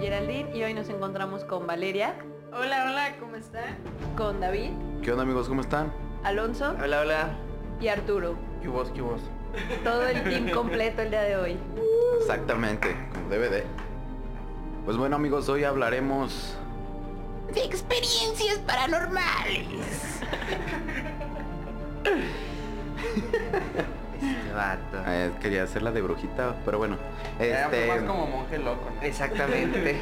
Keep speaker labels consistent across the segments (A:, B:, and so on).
A: Geraldine y hoy nos encontramos con Valeria,
B: Hola, hola, ¿cómo están?
A: con David,
C: ¿Qué onda amigos? ¿Cómo están?
A: Alonso
D: Hola, hola.
A: y Arturo.
D: ¿Qué vos, qué vos?
A: Todo el team completo el día de hoy.
C: Exactamente, como DVD. Pues bueno amigos, hoy hablaremos...
E: de experiencias paranormales.
D: Este vato.
C: eh, quería hacerla de brujita, pero bueno.
D: Era
C: Este...
D: Eh, pues más como monje loco, ¿no? Exactamente.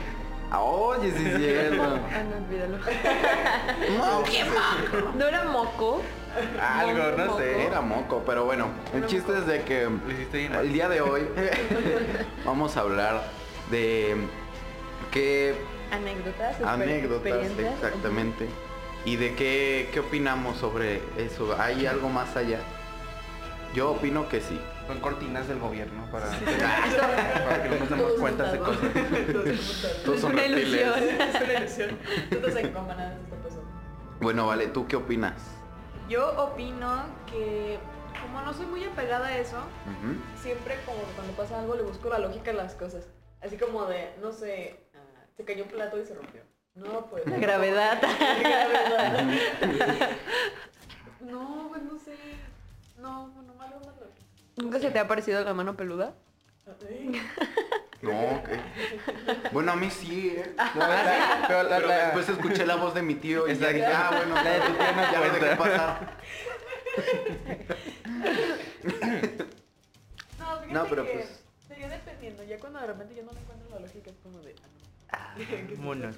C: Ah, Oye, sí es cierto.
A: Ah, no, olvídalo.
E: Pokémon.
A: ¿No era moco?
D: Algo, no sé.
C: Era moco, pero bueno. El chiste es de que
D: Lo hiciste bien.
C: el día de hoy vamos a hablar de qué
A: Anécdotas. super-
C: anécdotas
A: experiencias.
C: exactamente y de qué, qué opinamos sobre eso. ¿Hay algo más allá? Yo opino que sí.
D: Son cortinas del gobierno para,
A: Esto-
D: para que no nos demos
A: Todos
D: cuenta de
A: mutados.
D: cosas.
C: Todos
A: Es
C: son
A: una
C: reptiles.
A: ilusión.
B: Es una ilusión. Tú no sabes cómo nada de esta cosa.
C: Bueno, vale, ¿tú qué opinas?
B: Yo opino que, como no soy muy apegada a eso,
C: Ujú.
B: siempre como que cuando pasa algo le busco la lógica a las cosas. Así como de, no sé, ah, se cayó un plato y se rompió. No, pues...
A: La gravedad.
B: La gravedad. no, pues no sé. No, no malo, malo.
A: ¿Nunca se te ha parecido la mano peluda?
C: No, ok. Bueno, a mí sí, ¿eh?
D: Ah, Pero pues, la-
C: Pero
D: la-
C: después escuché la voz de mi tío y ya
D: Exacto.
C: dije, ah, bueno,
D: La de tu tía no
C: ya lo dejé
D: cuenta.
C: pasar.
B: No, fíjate
C: No, pero
B: que
C: pues-
B: sería dependiendo. Ya cuando de repente yo no le encuentro la lógica es como de... Ah,
D: monos,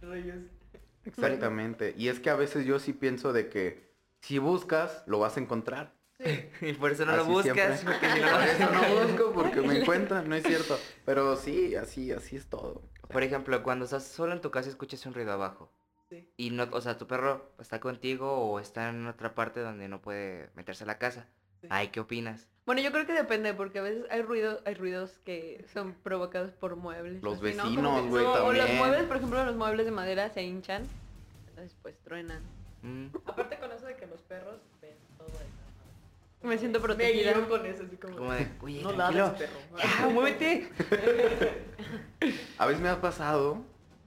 B: Rayos.
C: Exactamente. Y es que a veces yo sí pienso de que si buscas, lo vas a encontrar.
B: Sí.
D: Y por eso
C: Así siempre. Por eso no busco porque me encuentran, no es cierto. Pero sí, así, así es todo.
F: Por ejemplo, cuando estás solo en tu casa y escuchas un ruido abajo.
B: Sí.
F: Y no, o sea, tu perro está contigo o está en otra parte donde no puede meterse a la casa.
B: Sí.
F: Ay, ¿qué opinas?
A: Bueno, yo creo que depende, porque a veces hay ruidos, hay ruidos que son provocados por muebles.
C: Los
A: así, ¿no? Como
C: vecinos,
A: que-
C: güey,
A: o- O los
C: también.
A: muebles, por ejemplo, los muebles de madera se hinchan, entonces pues truenan.
F: Mm,
B: Aparte con eso de que los perros ven todo eso.
A: Me siento
B: Me
A: protegida.
B: guío con eso, así como...
F: como de, oye,
B: no
F: tranquilo.
B: ladres, perro.
F: Ya, muévete.
C: A veces me ha pasado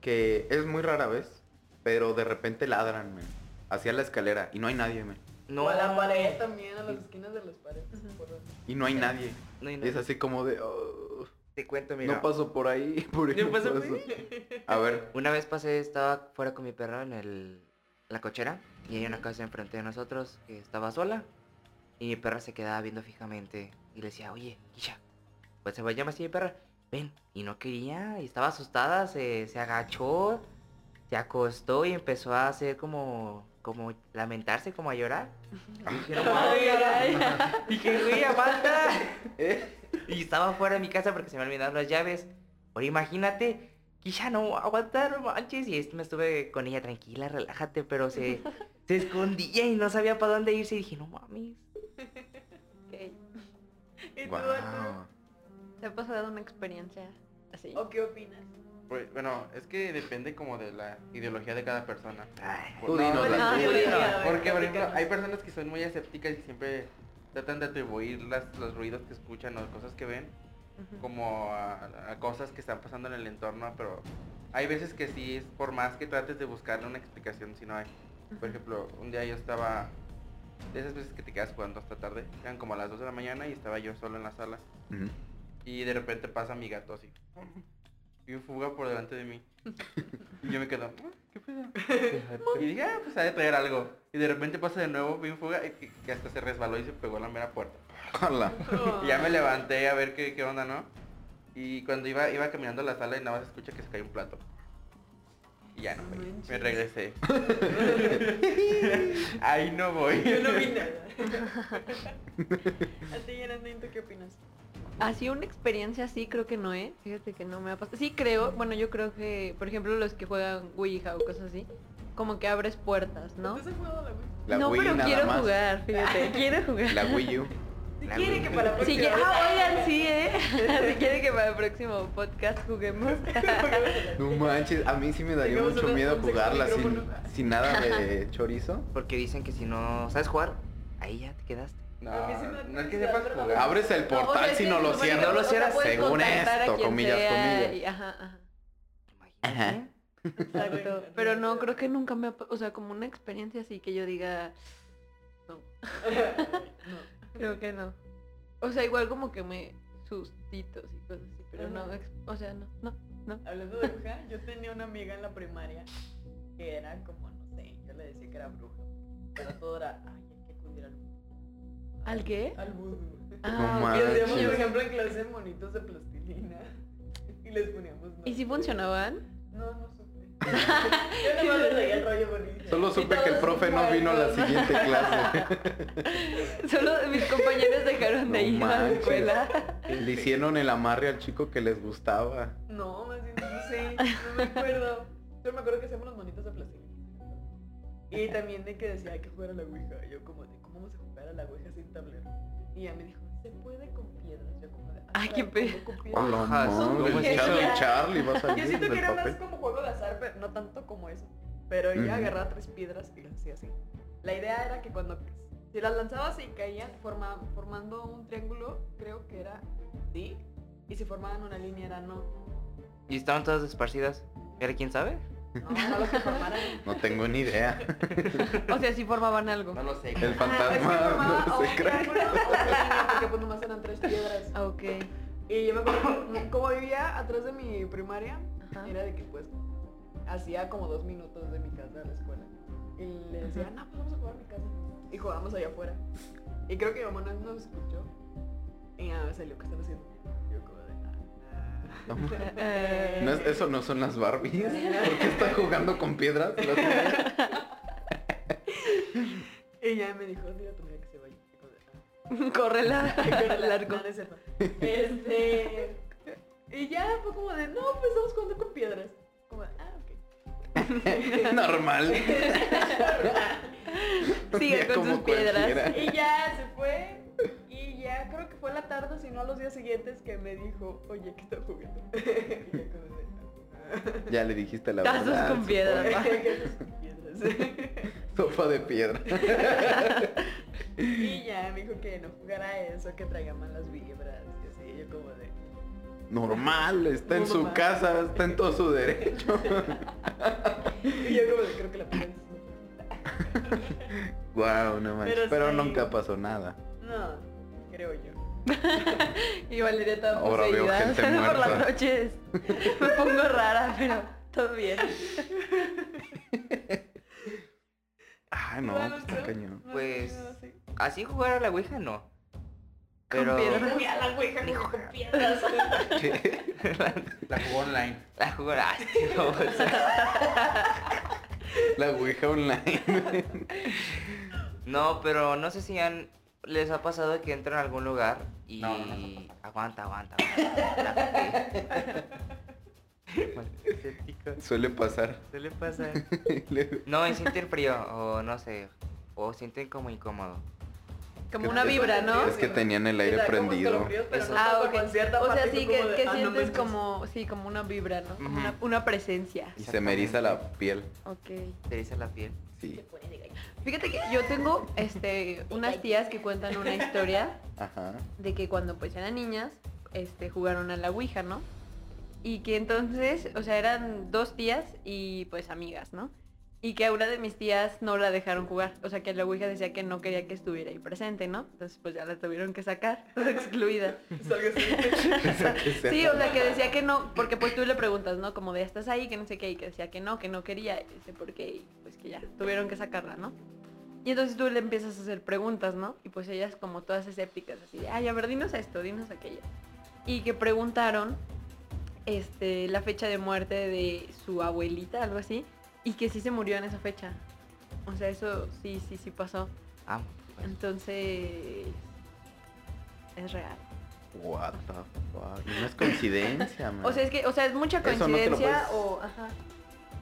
C: que es muy rara vez, pero de repente ladran, men, Hacia la escalera y no hay nadie, men.
F: No,
B: O a la pared también, a las esquinas de las paredes. por favor.
C: Y no hay nadie.
F: no, y no.
C: Y es así como de, "Oh,
F: Te cuento, mira.
C: no paso por ahí. por ahí
F: No
C: no
F: paso por
C: paso". A ver,
F: Una vez pasé, estaba fuera con mi perro en el, la cochera y hay una casa enfrente de nosotros que estaba sola y mi perra se quedaba viendo fijamente y le decía, oye, Guilla, pues se va a llamar así mi perra, ven, y no quería, y estaba asustada, se, se agachó, se acostó y empezó a hacer como, como lamentarse, como a llorar. Y dije,
C: Ah,
F: "No mames".
B: Ay, ay, ay.
F: Dije, güey, aguanta.
C: eh,
F: Y estaba fuera de mi casa porque se me olvidaron las llaves. Ahora imagínate, Quilla no aguanta, no manches. Y es- me estuve con ella tranquila, relájate, pero se, se escondía y no sabía para dónde irse. Y dije, no mames.
A: Ok.
B: ¿Y tú, ah, Arturo?
C: wow.
A: ¿Te ha pasado una experiencia así?
B: ¿O qué opinas?
D: Pues, bueno, es que depende como de la ideología de cada persona.
F: Ay,
C: Tú dinos,
D: no,
C: Dani.
D: no,
A: tú dinos.
D: no, Porque, por ejemplo,
B: Platícanos.
D: hay personas que son muy escépticas y siempre tratan de atribuir las, los ruidos que escuchan o cosas que ven
A: Ujú.
D: como a, a cosas que están pasando en el entorno, pero hay veces que sí, es por más que trates de buscarle una explicación, si no hay. Por ejemplo, un día yo estaba, de esas veces que te quedas jugando hasta tarde, eran como a las 2 de la mañana y estaba yo solo en la sala.
C: Ujú.
D: Y de repente pasa mi gato así. Y fuga por delante de mí. Y yo me quedo, "Ah, ¿qué pedo? Y dije, ah, pues ha de traer algo. Y de repente pasa de nuevo, vi un fuga y que, que hasta se resbaló y se pegó en la mera puerta.
C: Hola.
B: Oh. Ah.
D: Y ya me levanté a ver qué, qué onda, ¿no? Y cuando iba, iba caminando a la sala y nada más escucha que se cayó un plato. Y ya no,
B: No
D: fui.
B: manches.
D: me regresé. Ahí no voy.
B: Yo no vi nada. A ti, Geraldine, ¿tú qué opinas?
A: Así una experiencia así creo que no, ¿eh? Fíjate que no me ha pasado. Sí creo, bueno, yo creo que, por ejemplo, los que juegan Ouija o cosas así, como que abres puertas, ¿no?
B: ¿Tú has jugado a la Wii?
C: La
A: no,
C: Wii
A: pero
C: nada
A: quiero
C: más.
A: jugar, fíjate, quiero jugar.
C: La Wii U.
B: Si
F: La
B: quiere
F: Wii.
B: que para
A: Si
B: próxima
A: quiere,
B: vez-
A: ah, oigan, sí, ¿eh? si quiere que para el próximo podcast juguemos.
C: No manches, a mí sí me daría
B: Tengamos
C: mucho
B: una-
C: miedo
B: un sexto
C: jugarla sin,
B: micrófono.
C: sin nada de chorizo.
F: Porque dicen que si no sabes jugar, ahí ya te quedaste.
D: No,
B: A mí sí me da
D: Ah, no es que
B: curiosidad,
D: sepas
B: pero-
D: jugar.
C: Abres el
A: No, o
C: portal
A: sea,
C: si
A: sí,
C: no lo
A: supone que
C: cierras.
A: o sea, puedes
C: según
A: contactar a
C: esto,
A: quien
C: comillas,
A: sea
C: comillas.
A: y- ajá, ajá.
C: Ajá.
A: Exacto. Pero no, creo que nunca me ha... pa- O sea, como una experiencia así que yo diga...
B: no.
A: Creo que no. O sea, igual como que me sustitos y cosas así, pero no,
B: Ajá.
A: ex- o sea, no, no.
B: Hablando de bruja, yo tenía una amiga en la primaria que era como, no sé, yo le decía que era bruja. Pero todo era, ay, hay que acudir al
A: ¿Al qué?
B: Al vudú.
D: Ah,
C: No
A: Ah, ok.
B: Y hacíamos,
C: manches.
B: por ejemplo, en clase monitos de plastilina. Y les poníamos
A: ¿Y si
B: nombres.
A: funcionaban?
B: No, no supe. Yo no me leía el rollo bonito.
C: Solo supe que el profe no vino a la siguiente clase.
A: Solo mis compañeros dejaron de
C: No
A: ir a la
C: manches.
A: escuela.
C: Le hicieron el amarre al chico que les gustaba.
B: No, más bien no sé, no me acuerdo. Solo me acuerdo que hacíamos los monitos de plastilina. Y también de que decía "Hay que jugar a la Ouija. Yo como de, ¿cómo vamos a jugar a la Ouija sin tablero? Y ella me dijo, se puede con piedras. Yo como de, "Ah,
A: Ay, qué
B: caray, ¿cómo con piedras?"
C: Hola,
F: Ajá,
C: madre,
F: ¿cómo
C: el
F: es
C: Charlie
B: eso?
C: Charlie va a
B: Yo
C: salir
B: siento que
C: del
B: era más
C: papel.
B: como juego de azar, pero no tanto como eso. Pero ella
C: Ujú.
B: agarraba tres piedras y las hacía así. La idea era que cuando si las lanzabas y caían forma- formando un triángulo, creo que era sí, y si formaban una línea era no.
F: Y estaban todas esparcidas. ¿Era quién sabe?
B: No, no lo que formaran.
C: No tengo ni idea.
A: O sea, si formaban algo.
D: No lo sé.
C: El
B: Ajá, es que
C: fantasma
B: formaba
C: no
B: o un
C: se crea.
B: triángulo o una línea, porque pues nomás eran tres piedras.
A: Ah, ok.
B: Y yo me acuerdo que mm, como vivía atrás de mi primaria,
A: Ajá.
B: Era de que pues hacía como dos minutos de mi casa a la escuela. Y le decía, no, pues vamos a jugar a mi casa. Y jugábamos allá afuera. Y creo que mi mamá no nos escuchó. Y nada, me salió, ¿qué están haciendo? Y Yo como de "Ah,
C: No,
A: Eh,
C: No es- eso no son las Barbies. ¿Por qué están jugando con piedras? Las-
B: Y ya me dijo, dile a tu amiga que se vaya. Y como de, "Ah".
A: Córrela. Largo.
B: No, no es cierto. Este. Y ya fue como de, no, pues estamos jugando con piedras. Como de, ah, ok.
C: Normal.
A: Sigue
C: Ya
A: con
C: como
A: sus piedras.
C: cualquiera.
B: Y ya se fue. Y ya creo que fue la tarde, si no a los días siguientes, que me dijo, oye, ¿qué está jugando? Y yo como de, "Ah".
C: Ya le dijiste la
A: Tazos
C: verdad.
A: con
C: supongo.
A: piedras.
C: Sopa de piedra.
B: y ya me dijo que no jugara eso, que traía malas vibras. Y así, yo como de.
C: Normal, está en su
B: Normal.
C: casa, está en todo su derecho.
B: Y yo como de, creo que la piedra es-
C: Wow, no manches. Pero,
B: Pero sí.
C: nunca pasó nada.
B: No, creo yo.
A: Y Valeria toda
C: Ahora veo
A: poseída.
C: gente
A: Por
C: muerta.
A: las noches me pongo rara, pero todo bien.
C: Ah, no,
B: Bueno,
C: pues, está
B: creo-
C: cañón.
B: no,
F: Pues-
B: no, sí.
F: Así jugar a la Ouija no. Pero
A: piedras.
B: Voy a la Ouija, juego con piedras.
D: La jugó online.
F: la jugar ah, sí, no, o sea,
C: La Ouija online.
F: no, pero no sé si han les ha pasado que entran a algún lugar y
D: No, no, no.
F: aguanta, aguanta, aguanta. relájate. Maldito chico,
C: Suele pasar.
F: ¿qué le pasa?
C: Le-
F: No, y sienten frío o no sé, o sienten como incómodo.
A: Como una vibra, ¿no?
C: Es que tenían el aire
B: Está como
C: prendido.
B: escalofríos, pero
F: Eso.
B: no
A: Ah,
B: tanto
A: ok.
B: con cierta
A: O sea,
B: parte
A: sí,
B: como
A: que,
B: de,
A: que
B: "Ah, no
A: sientes
B: manches".
A: como, sí, como una vibra, ¿no? Como una,
F: Ujú.
A: una presencia.
C: Y se me eriza la piel.
A: Ok.
F: Te eriza la piel.
C: Sí.
A: Fíjate que yo tengo este, unas tías que cuentan una historia
C: Ajá.
A: de que cuando pues eran niñas, este, jugaron a la Ouija, ¿no? Y que entonces, o sea, eran dos tías y pues amigas, ¿no? Y que a una de mis tías no la dejaron jugar. O sea, que la Ouija decía que no quería que estuviera ahí presente, ¿no? Entonces pues ya la tuvieron que sacar, excluida.
B: Salga así.
F: Este.
A: Sí, o sea, que decía que no, porque pues tú le preguntas, ¿no? Como de, ¿estás ahí? Que no sé qué, y que decía que no, que no quería, y dice, ¿por qué? Y pues que ya, tuvieron que sacarla, ¿no? Y entonces tú le empiezas a hacer preguntas, ¿no? Y pues ellas como todas escépticas, así de, ay, a ver, dinos esto, dinos aquello. Y que preguntaron este, la fecha de muerte de su abuelita, algo así, y que sí se murió en esa fecha. O sea, eso sí, sí, sí pasó.
F: Ah, bueno.
A: Entonces, es real.
C: What the fuck. No es coincidencia, man.
A: O sea, es que, o sea, es mucha
C: Eso no te lo
A: coincidencia
C: puedes-
A: o... Ajá.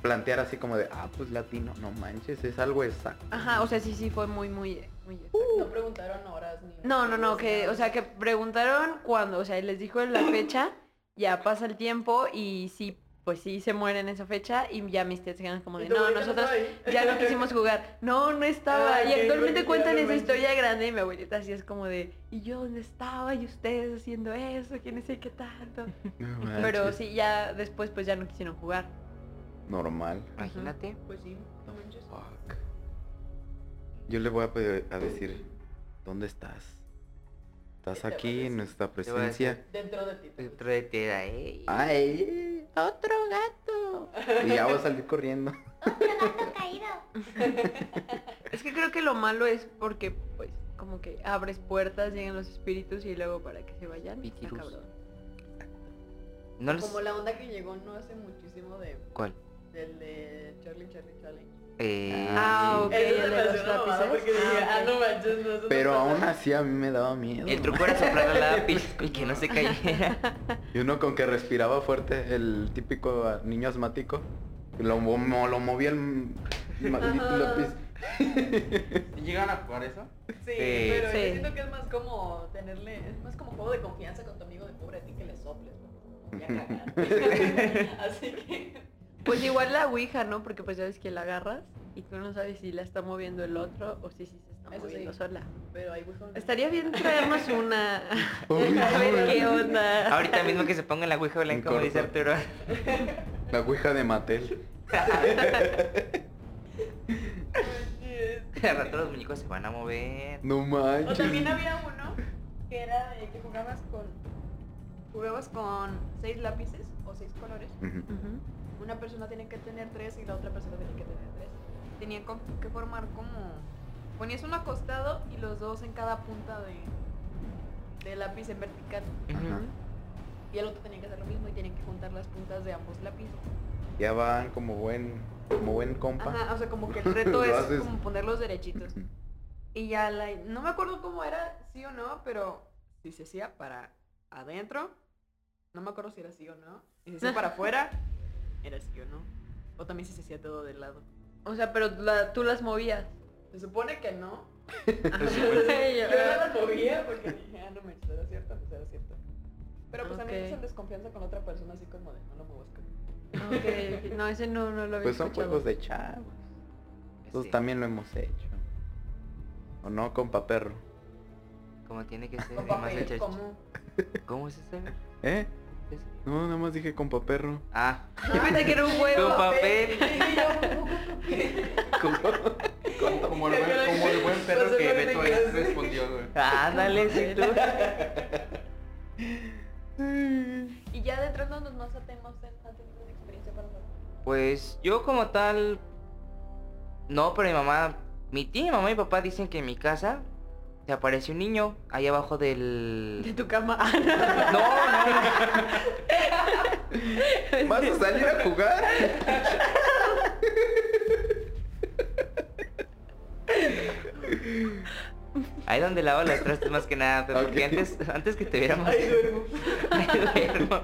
C: Plantear así como de, ah, pues latino. No manches, es algo exacto.
A: Ajá, o sea, sí, sí, fue muy, muy, muy exacto.
B: No preguntaron horas ni
A: No, no, no, que, o sea, que preguntaron cuándo, o sea, y les dijo la fecha, ya pasa el tiempo y sí, pues sí, se muere en esa fecha y ya mis tías dijeron como de, no, nosotros ya no quisimos jugar, no, no estaba,
C: Ah,
B: Ay,
A: y
B: qué
A: actualmente
B: divertido,
A: cuentan
B: no
A: esa
B: manches.
A: historia grande y mi abuelita así es como de, ¿y yo dónde estaba? ¿Y ustedes haciendo eso? ¿Quién sé qué tanto?
C: No
A: Pero
C: manches.
A: sí, ya después pues ya no quisieron jugar.
C: normal.
F: Imagínate.
B: Pues sí, no manches.
C: Fuck. Yo le voy a, pe- a decir, ¿dónde estás? ¿Estás
B: Te voy a
C: aquí en
B: decir.
C: nuestra
F: voy a decir.
C: presencia?
B: Dentro de ti.
C: Eh,
F: Dentro de ti, ahí.
C: ¡Ay! ¡Otro gato! Y ya voy a salir corriendo.
E: gato caído.
A: Es que creo que lo malo es porque, pues, como que abres puertas, llegan los espíritus y luego para que se vayan. Está
F: Pitirus.
A: cabrón.
F: No
C: pues
F: les...
B: Como la onda que llegó no hace muchísimo de
F: ¿Cuál?
B: del de Charlie Charlie Challenge.
F: Eh,
A: Ah, ok.
B: Eso
A: el de
B: me pareció
A: los
B: una mamada
A: lápices.
B: porque dije,
A: Ah,
B: ah,
A: ok.
B: no manches, no, eso no
C: Pero
B: pasa".
C: aún así a mí me daba miedo.
F: El truco era soplar al lápiz y que no se cayera.
C: Y uno con que respiraba fuerte, el típico ah, niño asmático, lo, mo- lo movía el maldito
B: Ajá.
C: lápiz.
D: ¿Y ¿Llegan a jugar eso?
B: Sí,
F: Sí.
B: pero
A: Sí.
B: yo siento que es más como tenerle, es más como juego de confianza con tu amigo de pobre a ti que le soples, ¿no? Ya cagaste. Así que
A: Pues igual la ouija, ¿no? Porque pues ya ves que la agarras y tú no sabes si la está moviendo el otro o si sí se está
B: Eso sí.
A: moviendo sola.
B: pero ahí Ouija no-
A: Estaría bien traernos una.
C: Uy,
A: a ver
C: uy.
A: qué onda.
F: Ahorita mismo que se ponga la ouija
C: En
F: blanca, como dice
C: corto.
F: Arturo.
C: La ouija de Mattel.
B: Oye,
F: Al rato los muñecos se van a mover.
C: No
B: O
C: manches.
B: también había uno que era de que jugabas con jugabas con seis lápices o seis colores.
C: Ujú.
A: Ujú.
B: Una persona tiene que tener tres y la otra persona tiene que tener tres. Tenían com- que formar como ponías uno acostado y los dos en cada punta de de lápiz en vertical.
C: Ajá.
B: Y el otro tenía que hacer lo mismo y tenían que juntar las puntas de ambos lápices.
C: Ya van como buen, como buen compa.
B: Ajá, o sea, como que el reto
C: Lo
B: es
C: haces.
B: como ponerlos derechitos.
C: Ujú.
B: Y ya la... No me acuerdo cómo era, sí o no, pero si se hacía para adentro, no me acuerdo si era sí o no. Y si se hacía para afuera, era sí o no. O también si se hacía todo del lado.
A: O sea, pero la- tú las movías.
B: Se supone que no.
A: Ajá.
B: Yo
A: Yo-
B: no la movía porque dije, ah, no me era cierto, pues era cierto. Pero pues a mí
A: Ok.
B: me hacen desconfianza con la otra persona, así como de, no lo muevas con...
A: Ok, ok. No, ese no, no lo había
C: Pues son
A: escuchado.
C: juegos de chavos. Nosotros
D: Pues
F: Sí,
C: también lo hemos hecho. ¿O no, compa perro?
F: Como tiene que ser.
B: Con
F: y más
B: papel,
F: el chach-
B: como...
F: ¿Cómo es ese?
C: ¿Eh?
F: Es-
C: No, nada más dije compa perro.
F: Ah,
A: Yo pensé que era un
F: con
A: juego.
F: papel.
B: Y yo,
D: Como el buen, como el
B: Pues
D: buen perro que Beto es, respondió, güey.
F: Ándale, sí, tú.
B: Y ya dentro de los más atemos ¿eh? han tenido una experiencia paranormal.
F: Pues yo como tal... No, pero mi mamá... Mi tía, mi mamá y mi papá dicen que en mi casa se apareció un niño ahí abajo
A: De
F: del...
A: tu cama.
F: No, no,
C: ¿Vas a salir a jugar?
F: ahí donde lavo los trastes más que nada, pero porque
C: Ok.
F: antes, antes que te viéramos... Ahí
B: duermo.
F: duermo.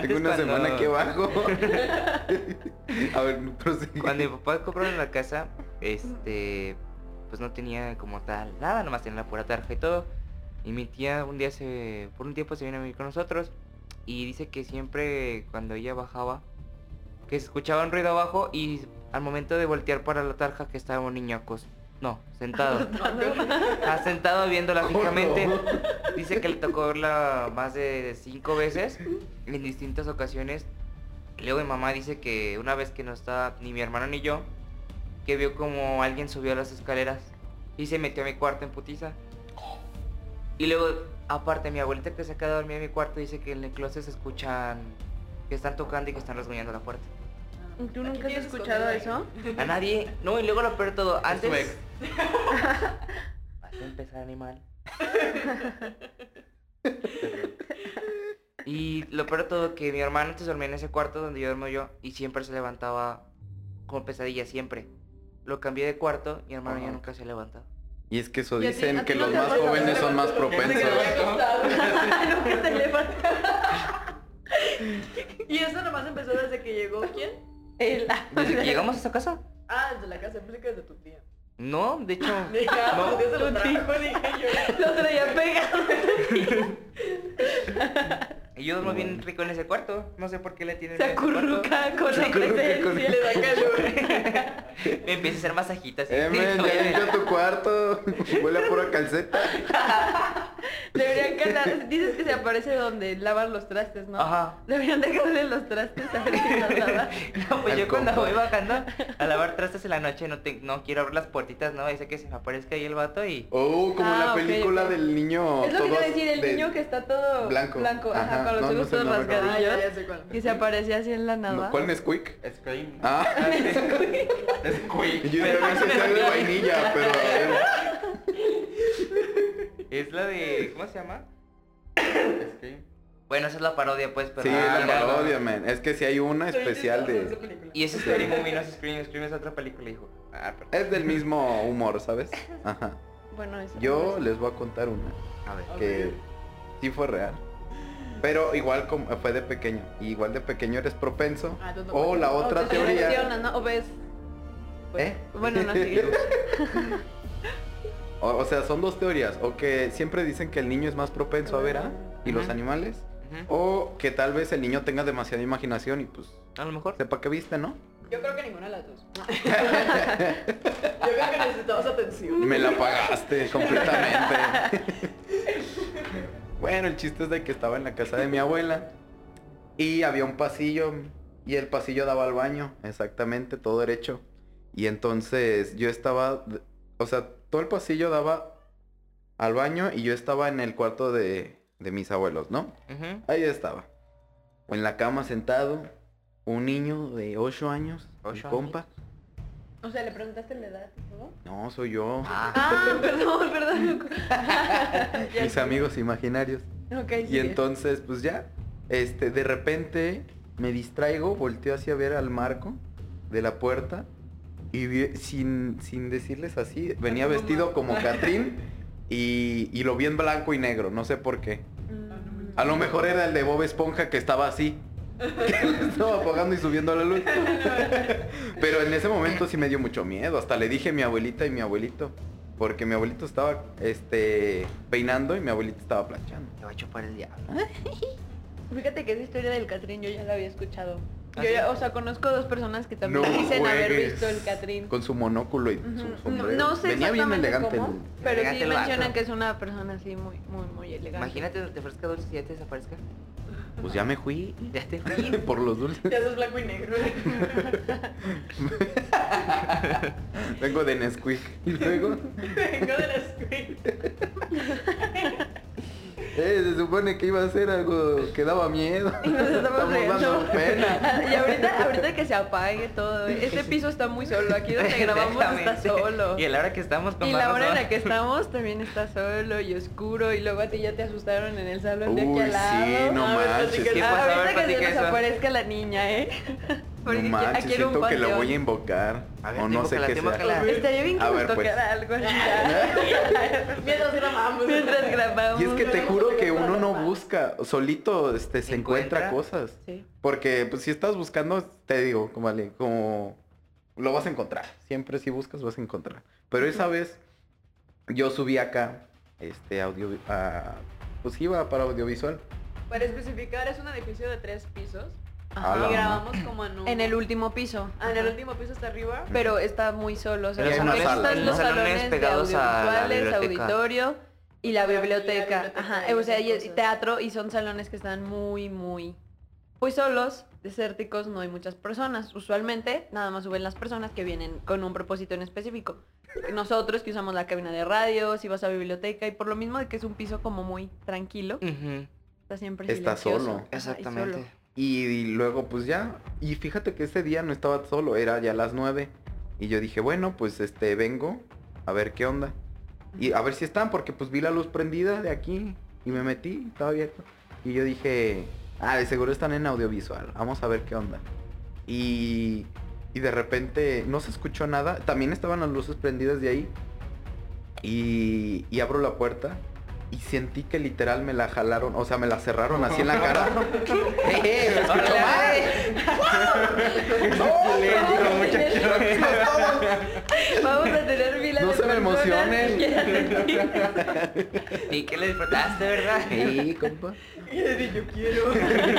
C: Tengo una
F: cuando-
C: semana aquí abajo. a ver, prosigue.
F: Cuando mi papá compró la casa, este, pues no tenía como tal nada, nomás tenía la pura tarjeta y todo. Y mi tía un día se, por un tiempo se vino a vivir con nosotros y dice que siempre cuando ella bajaba, que se escuchaba un ruido abajo y al momento de voltear para la tarja que estaba un niño acostado, no, sentado, Ah, sentado viéndola
C: ¿Cómo?
F: fijamente. Dice que le tocó verla más de cinco veces en distintas ocasiones. Y Luego mi mamá dice que una vez que no estaba ni mi hermano ni yo, que vio como alguien subió las escaleras y se metió a mi cuarto en putiza. Y luego, aparte, mi abuelita que se queda dormida en mi cuarto dice que en el closet se escuchan que están tocando y que están rasguñando la puerta.
A: ¿Tú
B: Aquí
A: nunca has
B: Ah. tienes
A: escuchado
B: escondido
A: eso?
F: A nadie. No, y luego lo peor de todo,
D: Es su
F: antes...
D: ex.
F: Vas a empezar animal. y lo peor de todo que mi hermano antes dormía en ese cuarto donde yo duermo yo y siempre se levantaba como pesadilla, siempre. Lo cambié de cuarto y mi hermano ya
C: Ajá.
F: nunca se levanta.
C: Y es que eso
A: Y a ti-
C: dicen
A: a ti
C: que
A: no
C: los
A: te
C: más
A: pasa, no
C: jóvenes
A: te
C: son más
A: pasa.
B: ahí.
C: propensos.
B: Se había acostado.
A: no, que te levantas.
B: Y eso nomás empezó desde que llegó quién?
A: El-
F: Desde que llegamos a esa casa.
B: Ah, el de la casa pública desde tu tía.
F: No, de hecho,
B: Dije, ah,
F: No,
B: pues Dios se lo
A: tu
B: trajo, dije
A: Lo traía pegado.
F: y yo duermo bien rico en ese cuarto. No sé por qué le tienen
A: Se
F: en ese cuarto.
A: acurruca con la
B: yo.
A: presencia.
B: Sí, le da calor.
F: Me empieza a hacer
C: Em,
F: masajitas.
C: Eh, men, ya limpia tu cuarto. Huele a pura calceta.
A: Deberían calar. Dices que se aparece donde lavan los trastes, ¿no?
F: Ajá.
A: Deberían dejarle los trastes a ver si los lava.
F: No, pues
C: Al
F: yo cuando
C: compa.
F: voy bajando a lavar trastes en la noche no, te- no quiero abrir las puertitas, no, dice que se me aparezca ahí el vato y...
C: Oh, como
A: Ah,
C: la
A: ok,
C: película
A: ok.
C: del niño.
A: es lo que te iba a
C: todos
A: decir, el
C: de-
A: niño que está todo
C: blanco.
A: ajá,
C: Ajá,
A: con los
C: no, no
A: ojos
C: sé,
A: todos
C: no recuerdo.
B: Ah,
A: rasgadillos.
B: ya, ya sé cuál.
A: que se aparece así en la nada.
C: No, ¿Cuál es Quick?
D: Scream.
C: Ah.
D: Es
C: Yo
D: Quick.
C: no sé si es de vainilla, Ah, pero a ver.
D: Es la de. ¿Cómo se llama? Scream.
F: Bueno, esa es la parodia pues, pero...
C: Sí,
D: Ah,
C: la
D: ya, no.
C: parodia, man. Es que si hay una
B: Soy
C: especial
B: chistosa esa
C: de...
B: película.
F: Y este ese
D: Scream
F: Scream
D: Movie
F: Movie
D: no es Scream, Scream es otra película, hijo. Ah, perdón.
C: Es del mismo humor, ¿sabes? Ajá.
A: Bueno, eso.
C: Yo les voy a contar una
F: A ver.
C: que sí fue real. Pero igual como fue de pequeño. Y igual de pequeño eres propenso.
B: Ah, entonces no
C: O
B: cuenta.
C: la
A: O
C: otra
A: te
C: teoría.
A: seleccionas, ¿no? O ves.
C: ¿Eh?
A: Bueno, no sigue.
C: O, o sea, son dos teorías. O que siempre dicen que el niño es más propenso a ver A y los
F: Ajá.
C: animales.
F: Ujú.
C: O que tal vez el niño tenga demasiada imaginación y pues
F: A lo mejor.
C: sepa que viste, ¿no?
B: Yo creo que ninguna de las dos. Yo creo que necesitamos atención.
C: Me la pagaste completamente. bueno, el chiste es de que estaba en la casa de mi abuela y había un pasillo y el pasillo daba al baño, exactamente, todo derecho. Y entonces yo estaba, o sea, todo el pasillo daba al baño y yo estaba en el cuarto de, de mis abuelos, ¿no?
F: Ujú.
C: Ahí estaba. En la cama sentado, un niño de 8 años, mi
F: ¿Ocho
C: compa.
A: O sea, le preguntaste la edad y todo.
C: No, soy yo.
F: Ah,
A: Ah, perdón, perdón. Ya
C: Mis
A: sé.
C: amigos imaginarios.
A: Ok,
C: Y
A: sigue.
C: entonces, pues ya, este, de repente me distraigo, volteo hacia ver al marco de la puerta y vi- sin, sin decirles así, venía
B: tu mamá.
C: vestido como Catrín y, y lo vi en blanco y negro, no sé por qué.
A: Mm.
C: A lo mejor era el de Bob Esponja que estaba así. que le estaba apagando y subiendo la luz. Pero en ese momento sí me dio mucho miedo. Hasta le dije a mi abuelita y mi abuelito. Porque mi abuelito estaba este, peinando y mi abuelita estaba planchando.
F: te va a chupar el diablo.
A: Fíjate que esa historia del Catrín yo ya la había escuchado.
F: ¿Ah,
A: Yo
F: sí?
A: ya- o sea, conozco dos personas que también
C: No
A: dicen haber
C: juegues.
A: visto el Catrín.
C: Con su monóculo y
A: Ujú.
C: su
A: No,
C: sombrero.
A: no sé
C: Venía bien
A: exactamente
C: elegante.
A: cómo,
C: el-
A: pero
F: Elegante
A: sí
F: el vato.
A: mencionan que es una persona así muy, muy, muy elegante.
F: Imagínate donde te ofrezca dulces y ya te desaparezca.
C: Pues ya me fui.
F: Ya te fui.
C: Por los dulces.
B: Ya sos blanco y negro.
C: Vengo de Nesquik. Y luego.
B: Vengo de la escuela.
C: eh, se supone que iba a ser algo que daba miedo.
A: Y nos estamos
C: Estamos
A: riendo.
C: dando pena.
A: Y ahorita, ahorita que se apague todo, ¿eh? este piso está muy solo, aquí donde grabamos está
F: Exactamente.
A: solo.
F: Y a la hora que estamos con
A: Y la
F: barba
A: hora en
F: sola.
A: la que estamos también está solo y oscuro y luego a ti ya te asustaron en el salón de aquí
C: Uy,
A: al lado.
C: sí, no
A: A ver,
C: manches,
A: platica-
F: ¿qué pasó? A ver,
A: Ahorita que
F: platica
A: se
F: eso.
A: desaparezca la niña, ¿eh? Porque
C: no
A: aquí-
C: manches,
A: aquí era un
C: siento que la
A: panteón.
C: voy a invocar.
F: A ver,
C: o no sé
F: invócala,
C: qué sea.
F: invócala.
A: Estaría bien que
C: A
A: nos
C: ver, pues.
A: tocara algo así.
B: Mientras grabamos.
A: Mientras grabamos.
C: Y es que te juro que uno no busca, solito este, se encuentra
F: ¿Encuentra?
C: cosas.
A: Sí.
C: Porque pues, si estás buscando, te digo, como, Ale, como lo vas a encontrar. Siempre si buscas vas a encontrar. Pero esa vez yo subí acá, este audio, a- pues iba para audiovisual.
B: Para especificar, es un edificio de tres pisos.
C: A Ah, la
B: y
C: ma-
B: grabamos como en un...
A: En el último piso.
B: Ah, en el último piso hasta arriba.
A: Pero está muy solo. O sea,
C: Era
A: los
C: una
A: salones-
C: sala,
A: están
C: ¿no?
A: los
F: Salones
A: salones
F: pegados
A: de
F: a la
A: audiovisuales,
F: biblioteca.
A: auditorio y la
B: Y la- y la
A: biblioteca.
B: biblioteca
A: Ajá.
B: y
A: O sea,
B: esas
A: y el
B: cosas.
A: teatro y son salones que están muy, muy. Pues solos, desérticos, no hay muchas personas. Usualmente nada más suben las personas que vienen con un propósito en específico. Nosotros que usamos la cabina de radio, si vas a biblioteca y por lo mismo de que es un piso como muy tranquilo,
F: Ujú,
A: está siempre
C: Está
A: silencioso.
C: solo.
A: Ajá, y
F: Exactamente.
A: solo.
C: Y, y luego pues ya, y fíjate que ese día no estaba solo, era ya las 9. Y yo dije, bueno, pues este, vengo a ver qué onda. Y a ver si están, porque pues vi la luz prendida de aquí y me metí, estaba abierto. Y yo dije, ah, de seguro están en audiovisual, vamos a ver qué onda. Y, y de repente no se escuchó nada, también estaban las luces prendidas de ahí. Y, y abro la puerta y sentí que literal me la jalaron, o sea, me la cerraron así en la cara. ¡Eh, eh, me escucho mal! ¡No, no, tranquilos todos!
A: Vamos a tener miles
C: No
A: de
C: se me
A: personas que
C: emocionen.
A: quieran sentir.
F: Y que le disfrutaste, ¿verdad?
C: Sí, compa.
B: Y le dije, yo quiero.
C: Y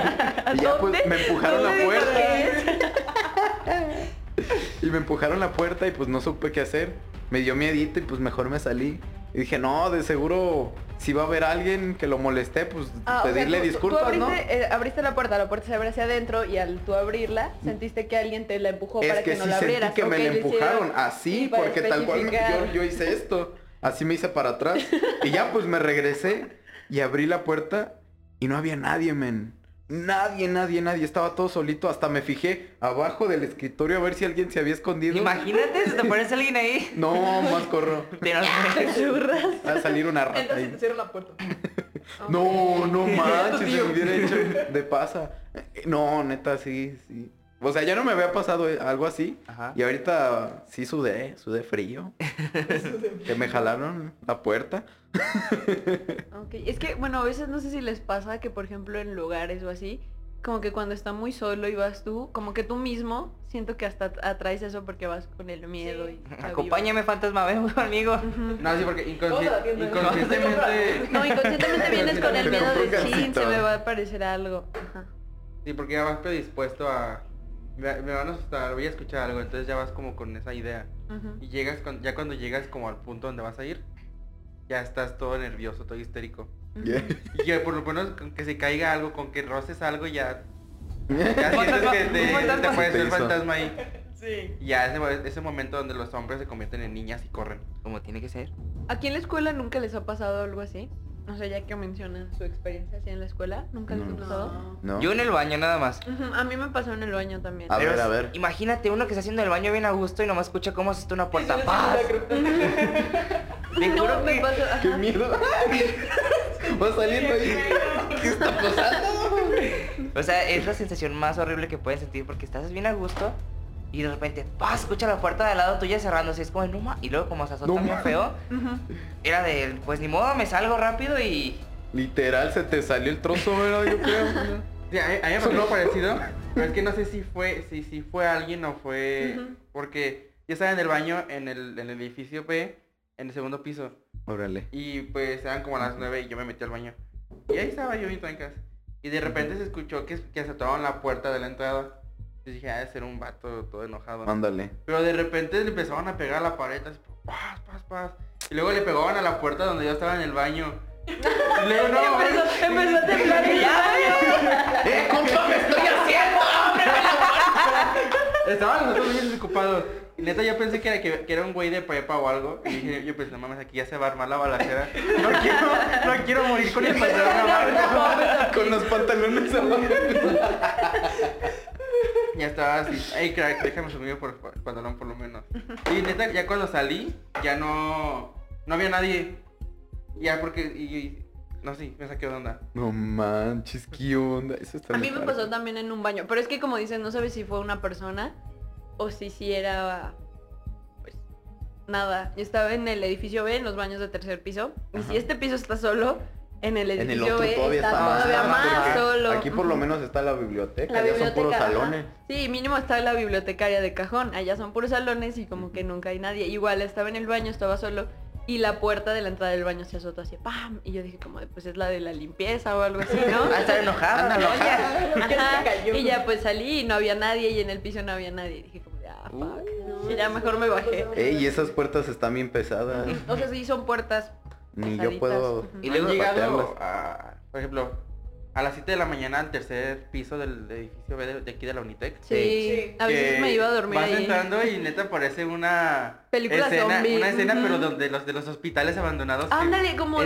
C: ya pues
A: ¿Dónde?
C: me empujaron
A: ¿Dónde
C: la
A: dijo
C: puerta.
A: que es?
C: Y me empujaron la puerta y pues no supe qué hacer. Me dio miedito y pues mejor me salí. Y dije, no, de seguro si va a haber alguien que lo molesté, pues
A: Ah, o sea,
C: pedirle
A: tú- tú-
C: disculpas,
A: tú
C: ¿no?
A: abriste, eh, abriste la puerta, la puerta se abre hacia adentro y al tú abrirla, sentiste que alguien te la empujó
C: Mm. Es
A: para que,
C: que
A: no
C: sí
A: la
C: sentí
A: abrieras.
C: que me
A: Ok,
C: la
A: lo hicieron.
C: empujaron
A: Y
C: así,
A: para
C: porque tal cual me-
A: especificar.
C: yo, yo hice esto. Así me hice para atrás. Y ya pues me regresé y abrí la puerta y no había nadie, men. Nadie, nadie, nadie. Estaba todo solito. Hasta me fijé abajo del escritorio a ver si alguien se había escondido.
F: Imagínate si te aparece alguien ahí.
C: No, más corro.
F: Pero
A: Churras.
C: Va a salir una rata
B: Entonces
C: ahí.
B: te cierran la puerta.
C: No, no manches, se
B: tío.
C: me hubiera hecho de pasa. Eh, No, neta, sí, sí. O sea, ya no me había pasado eh, algo así.
F: Ajá.
C: Y ahorita sí sudé, sudé frío.
B: Eso de-
C: Que me jalaron la puerta.
A: Ok, es que, bueno, a veces no sé si les pasa que, por ejemplo, en lugares o así, como que cuando está muy solo y vas tú, como que tú mismo, siento que hasta atraes eso porque vas con el miedo y... la
F: Acompáñame, fantasma, ven conmigo.
A: vibra. Ujú.
D: No, sí, porque inconsci-
B: Toda la tienda.
D: inconscientemente...
A: No, inconscientemente vienes con el
C: Te
A: miedo
C: compró
A: de
C: un
A: sí, se
C: gancito".
A: me va a aparecer algo. Ajá.
D: Sí, porque ya vas predispuesto a... Me, me van a asustar, voy a escuchar algo, entonces ya vas como con esa idea.
A: ujú.
D: Y llegas, con- ya cuando llegas como al punto donde vas a ir, ya estás todo nervioso, todo histérico. Y ya, por lo menos con que se caiga algo, con que roces algo, ya, ya sientes que te,
F: fantasma.
D: te puede
C: Se
D: ser
C: hizo.
D: fantasma ahí.
B: Sí.
D: Y ya ese, mo- ese momento donde los hombres se convierten en niñas y corren.
F: Como tiene que ser.
A: Aquí en la escuela nunca les ha pasado algo así. O sea, ya que mencionan su experiencia así en la escuela, nunca les
C: No.
A: ha pasado.
C: No.
F: Yo en el baño nada más.
A: Ujú, A mí me pasó en el baño también.
C: A ver,
F: Pero
C: a ver.
F: Imagínate uno que está haciendo el baño bien a gusto y nomás escucha cómo asusta una
B: Eso
F: puerta.
B: es
F: ¡Paz!
B: una
F: Te
A: No,
F: juro
A: me
F: que
A: pasó,
C: ¡Qué
A: ajá.
C: miedo! Va saliendo ahí. ¿Qué está pasando?
F: O sea, es la sensación más horrible que puedes sentir porque estás bien a gusto y de repente, ¡paz! Escucha la puerta de al lado tuya cerrándose. Es como, no ma-". Y luego, como se azota
C: No
F: bien
C: ma-
F: feo,
A: Ujú.
F: era de, pues ni modo, me salgo rápido y.
C: Literal, se te salió el trozo, ¿verdad? Yo creo.
D: Sí, a mí a mí me pasó algo parecido, pero es que no sé si fue, si, si fue alguien o fue... Porque yo estaba en el baño en el, en el edificio B, en el segundo piso,
C: Órale.
D: y pues eran como las 9 y yo me metí al baño. Y ahí estaba yo y trancas. Y de repente se escuchó que, que azotaban la puerta de la entrada. Entonces dije, ah, de ser un vato todo enojado. ¿no?".
C: Ándale.
D: Pero de repente le empezaban a pegar a la pared, así, paz, paz, paz. Y luego le pegaban a la puerta donde yo estaba en el baño. Y luego, no,
A: Empezó, empezó a temblar el baño.
C: ¡Eh, compa, me estoy haciendo!
D: Estaban nosotros bien desocupados. Y neta, yo pensé que era, que, que era un güey de prepa o algo. Y dije, yo pensé, no mames, aquí ya se va a armar la balacera. No quiero, no quiero morir con el pantalón abajo.
A: pues,
C: Con los pantalones abajo.
D: Ya estaba así, ay crack, déjame subirme por por el pantalón por lo menos. Y neta, ya cuando salí, ya no, no había nadie. Ya porque, y, y- no sí, me saqué de onda.
C: No manches, qué onda. Eso está
A: A mí
C: bien
A: me
C: padre.
A: pasó también en un baño, pero es que como dicen, no sabes si fue una persona o si sí era pues nada. Yo estaba en el edificio B, en los baños de tercer piso, y
C: Ajá.
A: si este piso está solo, en el
C: En el
A: edificio
C: otro
A: B
C: todavía
A: está,
C: está más,
A: todavía
C: solo,
A: más
C: porque
A: solo.
C: Aquí por lo
A: Ujú.
C: menos está la biblioteca,
A: la
C: ya son puros
A: biblioteca, ajá.
C: salones.
A: Sí, mínimo está la bibliotecaria de cajón. Allá son puros salones y como que nunca hay nadie. Igual estaba en el baño, estaba solo. Y la puerta de la entrada del baño se azotó así, ¡pam! Y yo dije como, de, pues es la de la limpieza o algo así, ¿no?
F: Ah, estar enojado,
C: Anda,
F: ¿no?
C: enojado.
A: Ajá,
B: cayó.
A: Y ya pues salí y no había nadie y en el piso no había nadie. Dije como, de, ah, fuck.
B: Uh,
A: y ya mejor me bajé.
C: Ey, esas puertas están bien pesadas.
A: O sea, sí son puertas.
C: Ni
A: Pesaditas.
C: yo puedo.
A: Ujú.
F: Y
D: Y
F: luego
D: luego
C: patearlas.
D: llegado, a, por ejemplo, a las 7 de la mañana al tercer piso del edificio B de, de aquí de la Unitec.
A: Sí.
B: Sí.
A: A veces
D: que
A: me iba a dormir
D: vas
A: ahí.
D: entrando y neta parece una
A: Película
D: escena,
A: zombie,
D: una escena
A: ujú.
D: pero donde los de los hospitales abandonados. que-
A: Ándale, como de...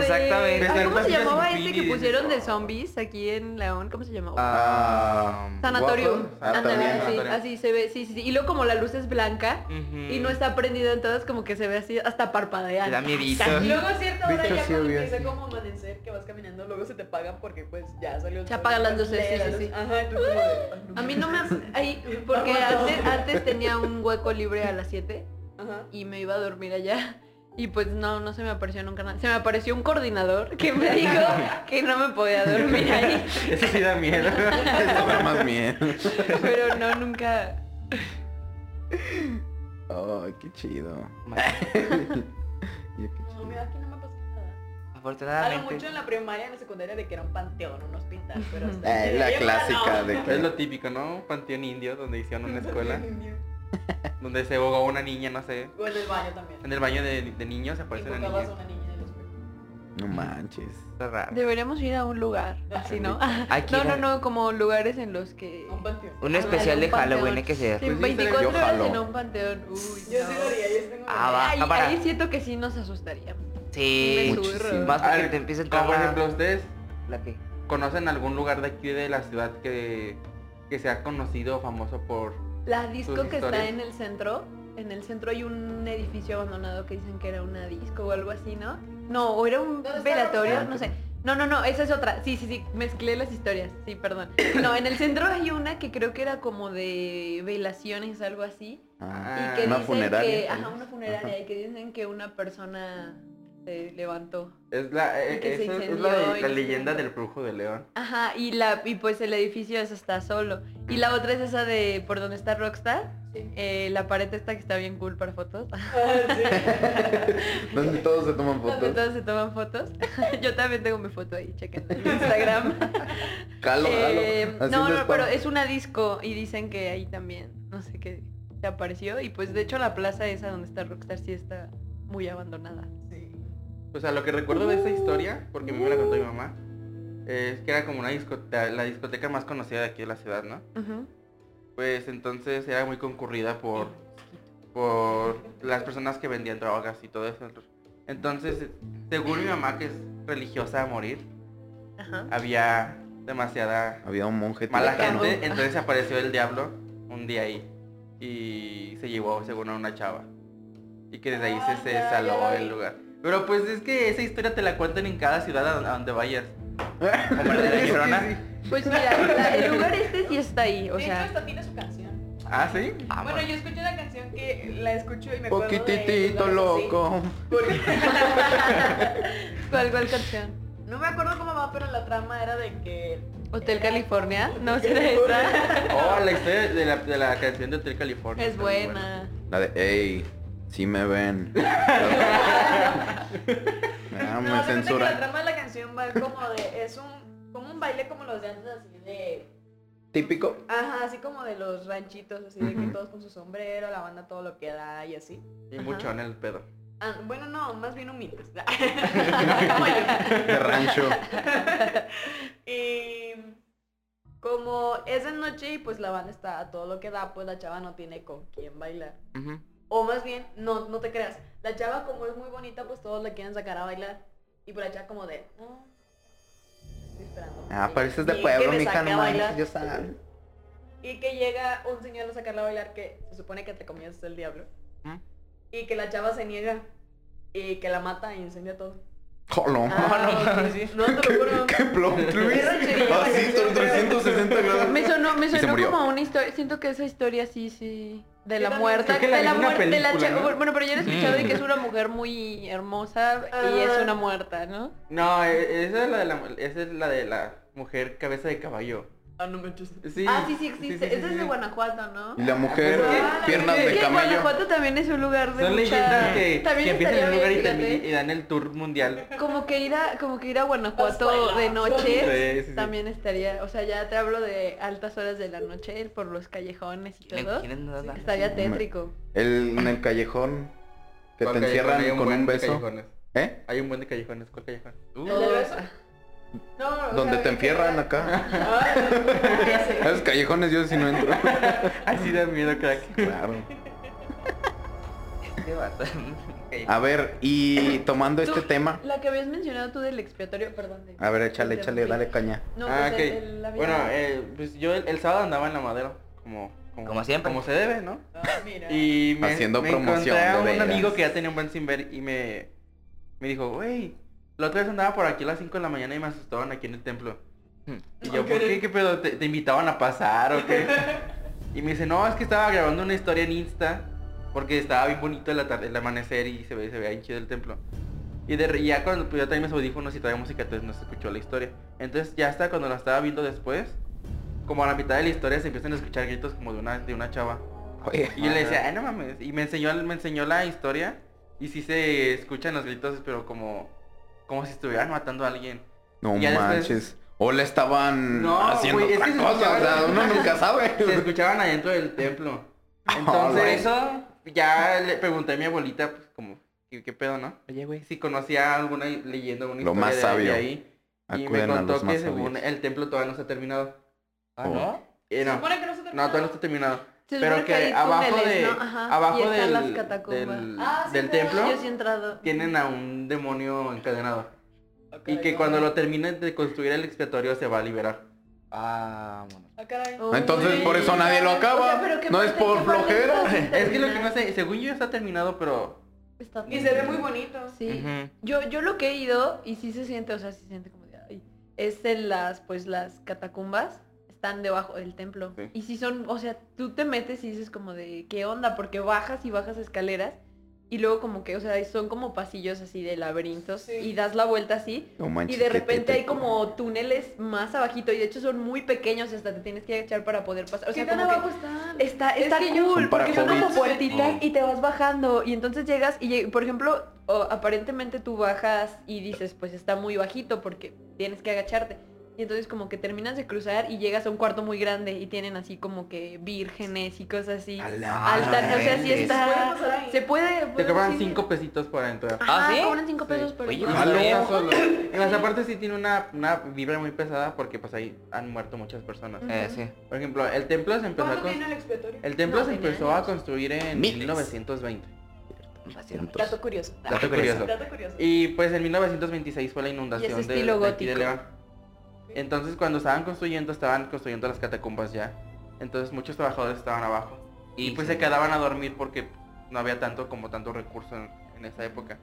A: Ay,
F: Exactamente.
A: ¿Cómo se
D: Exactamente.
A: llamaba este que
D: Infinity,
A: pusieron de
D: dices, oh.
A: zombies aquí en León? ¿Cómo se llamaba?
C: Ah,
A: Sanatorio.
C: guapo. Ah,
A: Ándale,
C: también.
A: así,
D: sanatorio.
A: así se ve, sí, sí, sí. Y luego como la luz es blanca y no está prendida, entonces como que se ve así hasta
F: Te da
A: parpadear.
F: miedito.
B: Y luego a cierta
C: De
B: hora
C: hecho,
B: ya
C: sí
B: cuando
C: había.
B: empieza como a amanecer que vas caminando, luego se te pagan porque pues ya salió el
A: Se
B: sol,
A: apagan las luces,
B: le
A: sí,
B: da
A: sí,
B: luz.
A: sí.
B: Ajá, tú como de, "Ah, no
A: A mí no me... ahí, porque
B: Vámonos.
A: antes, antes tenía un hueco libre a las 7
B: Ajá.
A: y me iba a dormir allá. Y pues no, no se me apareció nunca nada. Se me apareció un coordinador que me dijo que no me podía dormir ahí.
D: Eso sí da miedo.
C: Eso da más miedo.
A: Pero no, nunca...
C: Ay, qué chido. Ya qué
B: No, mira, aquí no me pasó nada. A lo mucho
F: Afortunadamente.
B: en la primaria, en la secundaria de que era un panteón, un hospital, pero hasta
C: chido. Eh,
B: ahí.
C: la
B: Yo,
C: clásica
B: no.
C: de
D: es
C: que.
D: lo típico, ¿no? Panteón indio donde hicieron una escuela donde se ahogó una niña, no sé.
B: O en el baño también.
D: En el baño de, de niños se aparece una
B: Invocabas
D: niña.
B: a una niña.
C: No manches.
F: Está raro.
A: Deberíamos ir a un lugar, así, ¿no?
F: Hay que
A: No,
F: ir
A: no,
F: a-
A: no, como lugares en los que...
B: Un panteón.
F: Un
A: Ah,
F: especial de
A: un panteón.
F: Halloween hay que ser.
A: Sí,
C: Pues sí,
A: 24
C: yo
A: horas
C: jalo.
A: en un panteón. Uy,
B: Yo
A: no.
B: sí lo haría, yo sí tengo una
F: Ah, va.
A: Ahí,
F: cámara.
A: ahí siento que sí nos asustaría.
F: Sí.
A: Me surra.
F: muchísimo. Más porque
D: Ah,
F: te empieza a entrar
D: Como por
F: la-
D: ejemplo, ¿ustedes
F: la que.
D: conocen algún lugar de aquí de la ciudad que, que sea conocido o famoso por...
A: La disco
D: Sus
A: que está
D: historias.
A: en el centro, en el centro hay un edificio abandonado que dicen que era una disco o algo así, ¿no? No, o era un
B: ¿Dónde está
A: velatorio,
B: Roxana?
A: no sé. No, no, no, esa es otra. Sí, sí, sí, mezclé las historias. Sí, perdón. No, en el centro hay una que creo que era como de velaciones, algo así.
C: Ah,
A: Y
D: Ah,
A: que
C: una
A: dicen que,
C: funeraria, tal
A: ajá,
C: vez.
A: una funeraria y que dicen que una persona se levantó.
D: Es la,
A: Y que
D: eh,
A: se
D: eso es
A: incendió
D: la,
A: y
D: la
A: se-
D: leyenda del brujo de león.
A: Ajá, y la y pues el edificio eso está solo. Y la otra es esa de por donde está Rockstar,
B: Sí.
A: eh, la pared esta que está bien cool para fotos.
B: Ah,
C: Donde todos se toman
A: Donde
C: fotos.
A: todos se toman fotos. Yo también tengo mi foto ahí, chequen en mi Instagram.
C: Calo, calo.
A: Eh,
C: haciendo
A: no, no,
C: spam.
A: pero es una disco y dicen que ahí también, no sé qué, se apareció. Y pues de hecho la plaza esa donde está Rockstar sí está muy abandonada.
B: sí. Sí.
D: O sea, lo que recuerdo de esa historia, porque a mí me la contó mi mamá, es que era como una discoteca, la discoteca más conocida de aquí de la ciudad, ¿no?
A: Ujú.
D: Pues entonces era muy concurrida por, por las personas que vendían drogas y todo eso. Entonces, según mi mamá, que es religiosa a morir,
A: Ajá.
D: había demasiada
C: Había un monje
D: mala
A: Claro.
C: tibetano.
D: gente, entonces apareció el diablo un día ahí y se llevó, según a una chava. Y que desde ahí se, se
B: Ah, ya, ya
D: saló
B: la vi.
D: el lugar. Pero pues es que esa historia te la cuentan en cada ciudad a, a donde vayas. Como la de la Llorona.
A: Pues mira, la- el lugar este sí está ahí, o
B: de hecho,
A: sea,
B: hasta tiene su canción.
D: Ah, ¿sí?
F: Ah,
B: Bueno, yo escuché la canción que la escucho y me acuerdo de
C: Poquititito
B: lugares así.
C: loco.
B: Porque-
A: ¿cuál, cuál canción?
B: no me acuerdo cómo va, pero la trama era de que...
A: Hotel California, no será esta.
D: Oh, la historia de la, de la canción de Hotel California.
A: Es
D: está muy
A: buena.
C: La de, hey, si me ven. Ah,
B: No,
C: me
B: haz de cuenta que la
C: censuran.
B: trama de la canción va como de... Es un, como un baile como los de antes, así de...
C: Típico.
B: Ajá, así como de los ranchitos, así de que
C: Ujú.
B: todos con su sombrero, la banda todo lo que da y así.
D: Y mucho en el pedo.
B: Ah, bueno, no, más bien humildes.
C: De rancho.
B: y como es de noche y pues la banda está a todo lo que da, pues la chava no tiene con quién bailar.
D: Ujú.
B: O más bien, no, no te creas, la chava como es muy bonita, pues todos la quieren sacar a bailar. Y por la chava como de, no, estoy esperando.
C: Ah, pareces
B: Y
C: de
B: que
C: pueblo,
B: me
C: mija,
B: saque a
C: no manches,
B: bailar.
C: yo sal.
B: Y que llega un señor a sacarla a bailar que se supone que entre comillas es el diablo.
D: ¿Mm?
B: Y que la chava se niega. Y que la mata y incendia todo.
C: Jolo.
B: Ah, sí, sí. No te lo juro.
C: Qué plot twist.
B: Era chida,
C: Así,
B: la canción,
C: 360 grados.
A: Me sonó, me
C: Y se
A: sonó
C: murió.
A: como una historia. Siento que esa historia sí, sí. De
B: Yo
A: la
B: también
A: muerte.
B: creo
D: que la
A: de
D: vi
A: la
D: en una
A: muerte de la
D: película,
A: chava.
D: ¿no?
A: Bueno, pero yo no he escuchado de que es
C: Mm.
A: una mujer muy hermosa y es
B: Ah.
A: una muerta, ¿no?
D: No, e- esa es la de la, esa es la de la mujer cabeza de caballo.
B: Ah, no me eches.
D: Sí.
A: ah, sí, sí existe.
D: sí, sí,
A: Esa
D: sí.
A: es de Guanajuato, ¿no?
C: Y la mujer,
B: Ah,
C: piernas
D: es
C: de
A: que
C: camello.
A: Guanajuato también es un lugar de
D: Son
A: mucha-
D: leyendas que, que
A: También
D: empiezan en un
A: estaría ¿eh?
D: lugar y,
A: bien,
D: terminan-
A: fíjate.
D: y dan el tour mundial.
A: Como que ir a, como que ir a Guanajuato
B: Hasta
A: de
B: la-
A: noche
D: Sí, sí, sí.
A: también estaría, o sea, ya te hablo de altas horas de la noche, ir por los callejones y
F: ¿Quién-
A: todo.
F: quién es nada?
A: Estaría tétrico.
C: El, en el callejón que
D: ¿Cuál
C: te
D: callejón? Hay
C: encierran con
D: buen
C: un
D: de
C: beso.
D: callejones.
C: ¿Eh?
D: Hay un buen de callejones. ¿Cuál callejón? Uh,
B: ¿El del beso? No, no, no,
C: Donde
B: o sea,
C: te
B: de que-
C: enfierran acá.
B: Ah,
C: A Esos callejones yo si no entro.
D: así da miedo, crack.
C: Claro.
F: Este vato.
C: A ver, y tomando este
A: Tú-
C: tema.
A: La que habías mencionado tú del expiatorio, perdón. de-
C: A ver, échale, échale, dale caña.
A: No,
D: ah,
A: pues
D: ok.
A: el- el- la vida-
D: bueno, eh, pues yo el, el sábado andaba en la madera. Como,
F: Como siempre.
D: Como se debe, ¿no?
B: ah, mira.
D: Y me,
C: Haciendo
D: me
C: promoción,
D: encontré a
C: de
D: un
C: veras.
D: amigo que ya tenía un buen sin ver y me, me dijo, güey, la otra vez andaba por aquí a las 5 de la mañana y me asustaban aquí en el templo. Y yo,
B: Ok.
D: ¿por qué? ¿Qué pedo? ¿Te, te invitaban a pasar o qué? y me dice, no, es que estaba grabando una historia en Insta porque estaba bien bonito el, atar- el amanecer y se ve, se veía bien chido el templo. Y de, re- y ya cuando pues, yo traía mis audífonos y traía música, entonces no se escuchó la historia. Entonces ya hasta cuando la estaba viendo después, como a la mitad de la historia se empiezan a escuchar gritos como de una, de una chava.
C: Oye,
D: Y yo le decía, ay no mames. Y me enseñó, me enseñó la historia. Y sí se escuchan los gritos, pero como, como si estuvieran matando a alguien.
C: no
D: ya después-
C: manches. O le estaban
D: No,
C: haciendo
D: güey, es
C: otra
D: que se
C: cosa,
D: escuchaba-
C: o sea, uno nunca sabe.
D: Se escuchaban adentro del templo.
C: Ah,
D: Entonces
C: güey.
D: eso ya le pregunté a mi abuelita, pues como, ¿Qué, qué pedo, no? Oye, güey, si conocía alguna leyenda, alguna
C: Lo
D: historia
C: más
D: de-
C: sabio.
D: de ahí. Y me
C: Acudan a los
D: contó que
C: más
D: según
C: sabios.
D: el templo todavía no se ha terminado.
F: ¿Ah,
C: Oh.
F: no?
D: Eh, no,
B: Supone que no se
D: no, todavía
B: terminó.
D: no está terminado.
A: Se
D: Pero
A: supone
D: que
A: hay
D: abajo
A: túneles,
D: de,
A: ¿no? Ajá, y
D: abajo
A: están
D: del,
A: las catacumbas.
D: del,
B: Ah, sí,
D: del
B: pero
D: templo
A: Yo sí he entrado.
D: tienen a un demonio encadenado.
B: Ah,
D: Y
B: caray,
D: que
B: no.
D: cuando lo terminen de construir el expiatorio se va a liberar.
F: Ah, bueno.
B: Ah, caray.
A: Oh.
C: Entonces por eso nadie lo
A: O sea,
C: acaba.
A: pero ¿qué
C: no es
A: parte-
C: por
A: qué parte
C: flojera.
A: está sin
D: Es que lo que no
A: terminar?
D: sé, según yo ya está terminado, pero
A: Está
B: Y se ve muy bonito.
A: Sí.
F: Ujú.
A: Yo, yo lo que he ido, y sí se siente, o sea, sí se siente como de, ay, es en las, pues las catacumbas están debajo del templo.
D: Sí.
A: Y sí son, o sea, tú te metes y dices como de, ¿qué onda? Porque bajas y bajas escaleras. Y luego como que, o sea, son como pasillos así de laberintos.
B: Sí.
A: Y das la vuelta así.
C: No manches,
A: Y de
C: qué
A: repente hay
C: tétrico.
A: como túneles más abajito. Y de hecho son muy pequeños. Hasta te tienes que agachar para poder pasar. O sea,
B: ¿Qué tan
A: como que-
B: abajo están?
A: Está, está
B: que yo-
A: cool,
C: Son para
A: porque son como
C: hobbits.
A: puertitas
F: No.
A: y te vas bajando. Y entonces llegas y, lleg- por ejemplo, o- aparentemente tú bajas y dices, pues está muy bajito porque tienes que agacharte. Y entonces como que terminas de cruzar y llegas a un cuarto muy grande y tienen así como que vírgenes y cosas así.
F: A la
A: Altar, o sea, sí
F: madre.
A: está-
B: ¿Puede pasar ahí?
A: Se puede...
D: te cobran
A: sí.
D: 5 pesitos para entrar.
A: Ajá,
F: ¿Ah, sí?
A: cobran cinco pesos
D: Sí.
A: por
F: Oye,
D: Y
F: Ah,
D: más
F: ¿no?
D: está solo. Y más aparte sí tiene una, una vibra muy pesada porque pues ahí han muerto muchas personas.
A: Ujú.
F: Eh, sí.
D: Por ejemplo, el templo se empezó a
B: ¿Cuánto
D: construir.
B: tiene el expiatorio?
D: El templo
A: No,
D: se
A: tiene
D: empezó a construir en
C: Miles.
D: 1920.
B: Dato curioso.
D: Dato curioso.
B: Dato curioso.
D: Y pues en 1926 fue la inundación de,
A: estilo
D: de aquí de
A: gótico.
D: León. Entonces cuando estaban construyendo, estaban construyendo las catacumbas ya. Entonces muchos trabajadores estaban abajo. Y pues se quedaban a dormir porque no había tanto como tanto recurso en, en esa época.